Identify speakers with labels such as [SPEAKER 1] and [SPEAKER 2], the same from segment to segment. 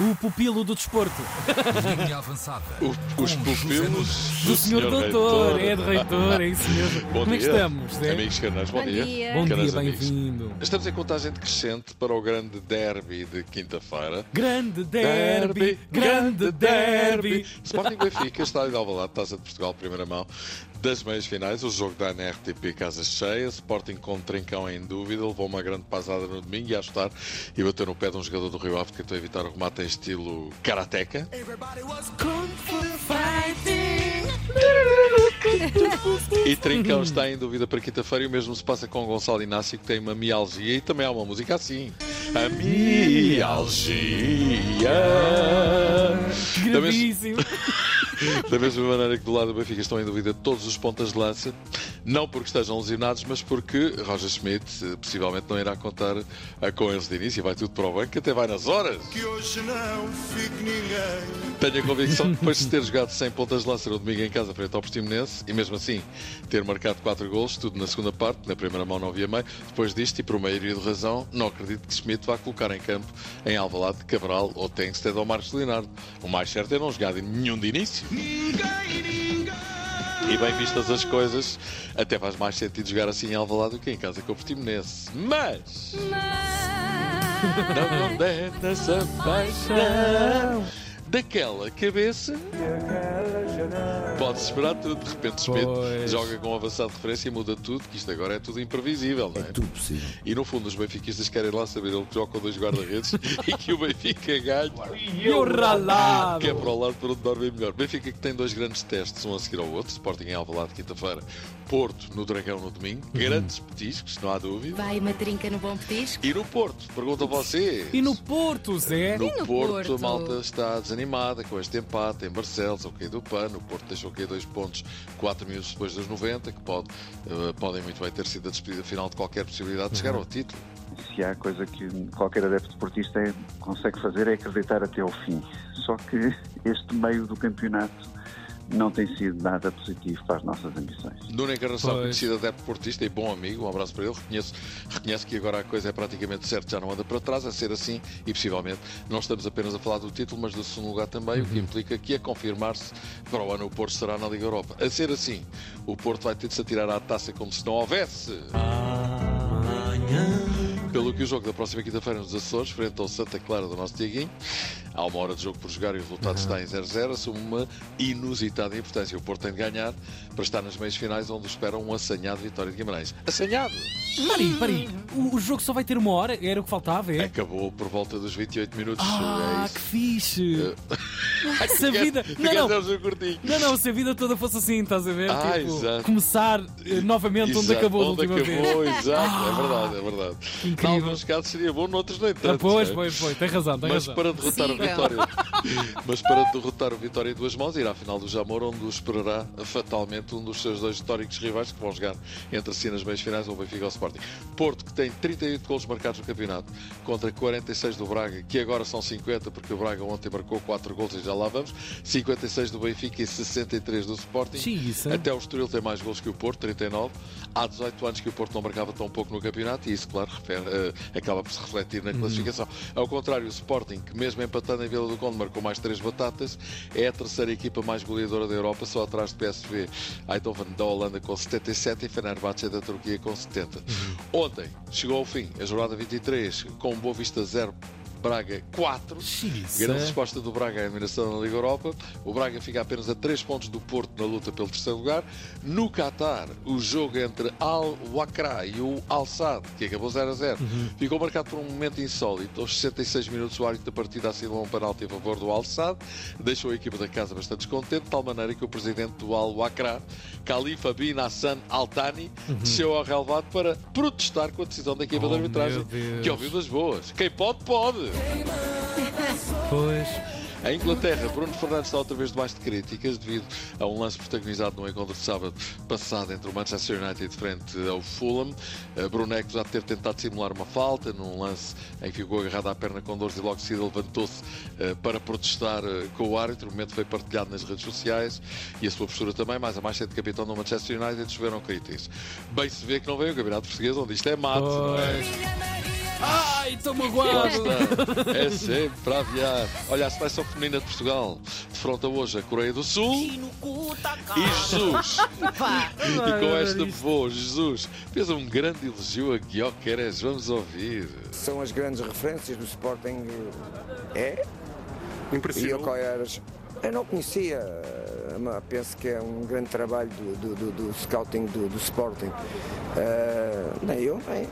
[SPEAKER 1] O pupilo do desporto.
[SPEAKER 2] Linha avançada.
[SPEAKER 3] O- os
[SPEAKER 2] Com José Nunes.
[SPEAKER 3] pupilos
[SPEAKER 1] Do senhor doutor, é de reitor, é isso mesmo.
[SPEAKER 3] Bom
[SPEAKER 1] Como é que
[SPEAKER 3] dia,
[SPEAKER 1] estamos? Zé?
[SPEAKER 3] Amigos carnais, bom,
[SPEAKER 4] Bom dia.
[SPEAKER 1] Bom
[SPEAKER 3] Caras
[SPEAKER 1] dia,
[SPEAKER 3] amigos.
[SPEAKER 1] bem-vindo.
[SPEAKER 3] Estamos em contagem decrescente para o grande derby de quinta-feira.
[SPEAKER 1] Grande derby, grande derby.
[SPEAKER 3] Sporting Benfica, Estádio de Alvalade, Taça de Portugal, primeira mão das meias finais. O jogo da NRTP Casa Cheia. Sporting com Trincão em dúvida. Levou uma grande pasada no domingo e a chutar e bateu no pé de um jogador do Rio Ave que tentou evitar o remate em estilo karateca. E Trincão está em dúvida para quinta-feira e o mesmo se passa com Gonçalo Inácio que tem uma mialgia e também há uma música assim. A mialgia. Da mes-
[SPEAKER 1] Gravíssimo.
[SPEAKER 3] da mesma maneira que do lado do Benfica estão em dúvida todos os pontas de lança, não porque estejam lesionados, mas porque Roger Schmidt eh, possivelmente não irá contar a com eles de início e vai tudo para o banco, até vai nas horas.
[SPEAKER 5] Que hoje não fique ninguém.
[SPEAKER 3] Tenho a convicção que depois de ter jogado sem pontas de lança no domingo em casa frente ao Portimonense e mesmo assim ter marcado 4 golos, tudo na segunda parte, na primeira mão não havia meio, depois disto e por maioria de razão, não acredito que Schmidt vá colocar em campo em Alvalade, Cabral ou Tengsted ou Marcos Leonardo. O mais certo é não jogar de nenhum de início. E bem vistas as coisas, até faz mais sentido jogar assim em Alvalade do que em casa com o Portimonense. Mas... Não condena essa paixão daquela cabeça. Pode-se esperar tudo, de repente Smith
[SPEAKER 1] Pois.
[SPEAKER 3] joga com um avançado de referência e muda tudo, que isto agora é tudo imprevisível, não é?
[SPEAKER 2] Tudo possível.
[SPEAKER 3] E no fundo os benfiquistas querem lá saber ele que joga com dois guarda-redes e que o Benfica ganhe,
[SPEAKER 1] E o ralado.
[SPEAKER 3] que é para o lado para onde dorme melhor. Benfica que tem dois grandes testes, um a seguir ao outro, Sporting em Alvalade quinta-feira, Porto no Dragão no domingo, grandes petiscos, não há dúvida.
[SPEAKER 4] Vai uma trinca no bom petisco.
[SPEAKER 3] E no Porto, pergunto a vocês.
[SPEAKER 1] E no Porto, Zé.
[SPEAKER 3] No,
[SPEAKER 4] E no
[SPEAKER 3] Porto, a
[SPEAKER 4] Porto?
[SPEAKER 3] malta está desanimada com este empate em Barcelos, ao cair do pano. O Porto deixou cair dois pontos 4 minutos depois dos 90, que pode, eh, podem muito bem ter sido a despedida final de qualquer possibilidade de chegar ao título.
[SPEAKER 6] E se há coisa que qualquer adepto desportista é- consegue fazer é acreditar até ao fim. Só que este meio do campeonato não tem sido nada positivo para as nossas ambições.
[SPEAKER 3] Nuno Encarnação,
[SPEAKER 1] Pois.
[SPEAKER 3] conhecido adepto portista e bom amigo, um abraço para ele. Reconheço, reconhece que agora a coisa é praticamente certa, já não anda para trás, a ser assim e possivelmente não estamos apenas a falar do título, mas do segundo lugar também, o que implica que a confirmar-se para o ano o Porto será na Liga Europa. A ser assim, o Porto vai ter de se atirar à taça como se não houvesse. Pelo que o jogo da próxima quinta-feira nos Açores, frente ao Santa Clara do nosso Tiaguinho, há uma hora de jogo por jogar e o resultado
[SPEAKER 1] Uhum.
[SPEAKER 3] está em 0-0, assume uma inusitada importância. O Porto tem de ganhar para estar nas meias finais, onde espera um assanhado Vitória de Guimarães. Assanhado!
[SPEAKER 1] Peraí, peraí. O, o jogo só vai ter uma hora? Era o que faltava, é?
[SPEAKER 3] Acabou por volta dos 28 minutos.
[SPEAKER 1] Ah,
[SPEAKER 3] é
[SPEAKER 1] que
[SPEAKER 3] isso. É.
[SPEAKER 1] fixe. Se a
[SPEAKER 3] Quer-
[SPEAKER 1] vida...
[SPEAKER 3] quer
[SPEAKER 1] Não, não.
[SPEAKER 3] dar-vos um curtinho?
[SPEAKER 1] Não, não, se a vida toda fosse assim, estás a ver?
[SPEAKER 3] Ah,
[SPEAKER 1] Tipo,
[SPEAKER 3] exato.
[SPEAKER 1] começar eh, novamente onde
[SPEAKER 3] Exato,
[SPEAKER 1] acabou a
[SPEAKER 3] onde
[SPEAKER 1] última vez. Ah,
[SPEAKER 3] acabou, exato, é verdade, é verdade. Em
[SPEAKER 1] incrível.
[SPEAKER 3] alguns casos seria bom, noutros nem tanto.
[SPEAKER 1] Ah, pois,
[SPEAKER 3] não é?
[SPEAKER 1] pois, pois, tem razão, tem
[SPEAKER 3] Mas
[SPEAKER 1] razão.
[SPEAKER 3] para derrotar o
[SPEAKER 4] Sigam.
[SPEAKER 3] Vitória, mas para derrotar o Vitória em duas mãos, irá à final do Jamor, onde o esperará fatalmente um dos seus dois históricos rivais que vão jogar entre si nas meias finais ou Benfica ou Sporting. Porto que tem 38 golos marcados no campeonato contra 46 do Braga, que agora são 50 porque o Braga ontem marcou 4 golos e já lá vamos. 56 do Benfica e 63 do Sporting.
[SPEAKER 1] Xiça.
[SPEAKER 3] Até o Estoril tem mais gols que o Porto, 39. Há 18 anos que o Porto não marcava tão pouco no campeonato e isso, claro, refere- eh, acaba por se refletir na classificação. Ao contrário, o Sporting, que mesmo empatando em Vila do Conde marcou mais três batatas, é a terceira equipa mais goleadora da Europa, só atrás de PSV Eindhoven da Holanda com 77 e Fenerbahçe da Turquia com 70. Ontem chegou ao fim a jornada 23 com um Boa Vista 0, Braga 4.
[SPEAKER 1] Xiça.
[SPEAKER 3] Grande resposta do Braga à eliminação na Liga Europa. O Braga fica apenas a 3 pontos do Porto na luta pelo terceiro lugar. No Qatar, o jogo entre Al-Wakra e o Al-Sad, que acabou 0 a 0,
[SPEAKER 1] Uhum.
[SPEAKER 3] ficou marcado por um momento insólito. Aos 66 minutos, o árbitro da partida assinou um penalti a favor do Al-Sad, deixou a equipa da casa bastante descontente, de tal maneira que o presidente do Al-Wakra, Khalifa bin Hassan Al-Thani, desceu ao relevado para protestar com a decisão da equipa
[SPEAKER 1] Uhum. Oh,
[SPEAKER 3] de arbitragem,
[SPEAKER 1] meu Deus.
[SPEAKER 3] que ouviu das boas. Quem pode, pode!
[SPEAKER 1] Pois.
[SPEAKER 3] A Inglaterra, Bruno Fernandes está outra vez debaixo de críticas devido a um lance protagonizado no encontro de sábado passado entre o Manchester United frente ao Fulham. Eh, Bruno é acusado de ter tentado simular uma falta num lance em que ficou agarrado à perna com dores e logo de seguida levantou-se eh, para protestar eh, com o árbitro. O momento foi partilhado nas redes sociais e a sua postura também, mas a mais de capitão do Manchester United choveram críticas. Bem se vê que não vem o campeonato português onde isto é mato. não é?
[SPEAKER 1] Pois. Ai, estou
[SPEAKER 3] Lá
[SPEAKER 1] magoado.
[SPEAKER 3] está. É sempre a aviar. Olha, a seleção feminina de Portugal defronta hoje a Coreia do Sul. E Jesus! e com esta voz, Jesus fez um grande elogio a Guioqueres. Vamos ouvir.
[SPEAKER 7] São as grandes referências do Sporting. É? E o Coiaras. Eu não conhecia, mas penso que é um grande trabalho do, do- do- do scouting do, do Sporting. Ah, nem eu, nem.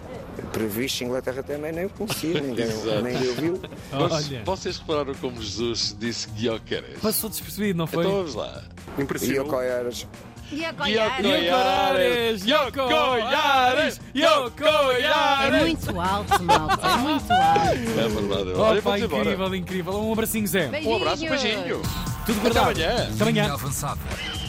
[SPEAKER 7] Previsto em Inglaterra também, nem eu conhecia, ninguém,
[SPEAKER 3] Exato.
[SPEAKER 7] nem eu viu.
[SPEAKER 3] Mas
[SPEAKER 1] Olha,
[SPEAKER 3] vocês repararam como Jesus disse Guioqueres?
[SPEAKER 1] passou despercebido, não foi?
[SPEAKER 3] Então vamos lá.
[SPEAKER 7] E o Coiaras.
[SPEAKER 4] E a
[SPEAKER 3] E
[SPEAKER 4] Goiás?
[SPEAKER 3] a Coiares,
[SPEAKER 1] Yocoiares,
[SPEAKER 4] É
[SPEAKER 1] Yocoiares.
[SPEAKER 4] muito alto, malta. É muito alto.
[SPEAKER 3] É verdade. Olha,
[SPEAKER 1] Opa,
[SPEAKER 3] vamos embora.
[SPEAKER 1] incrível, incrível. Um abracinho, Zé.
[SPEAKER 3] Um abraço, um beijinho.
[SPEAKER 1] Tudo
[SPEAKER 3] Até
[SPEAKER 1] guardado.
[SPEAKER 3] amanhã.
[SPEAKER 1] Até amanhã.
[SPEAKER 2] Linha avançada.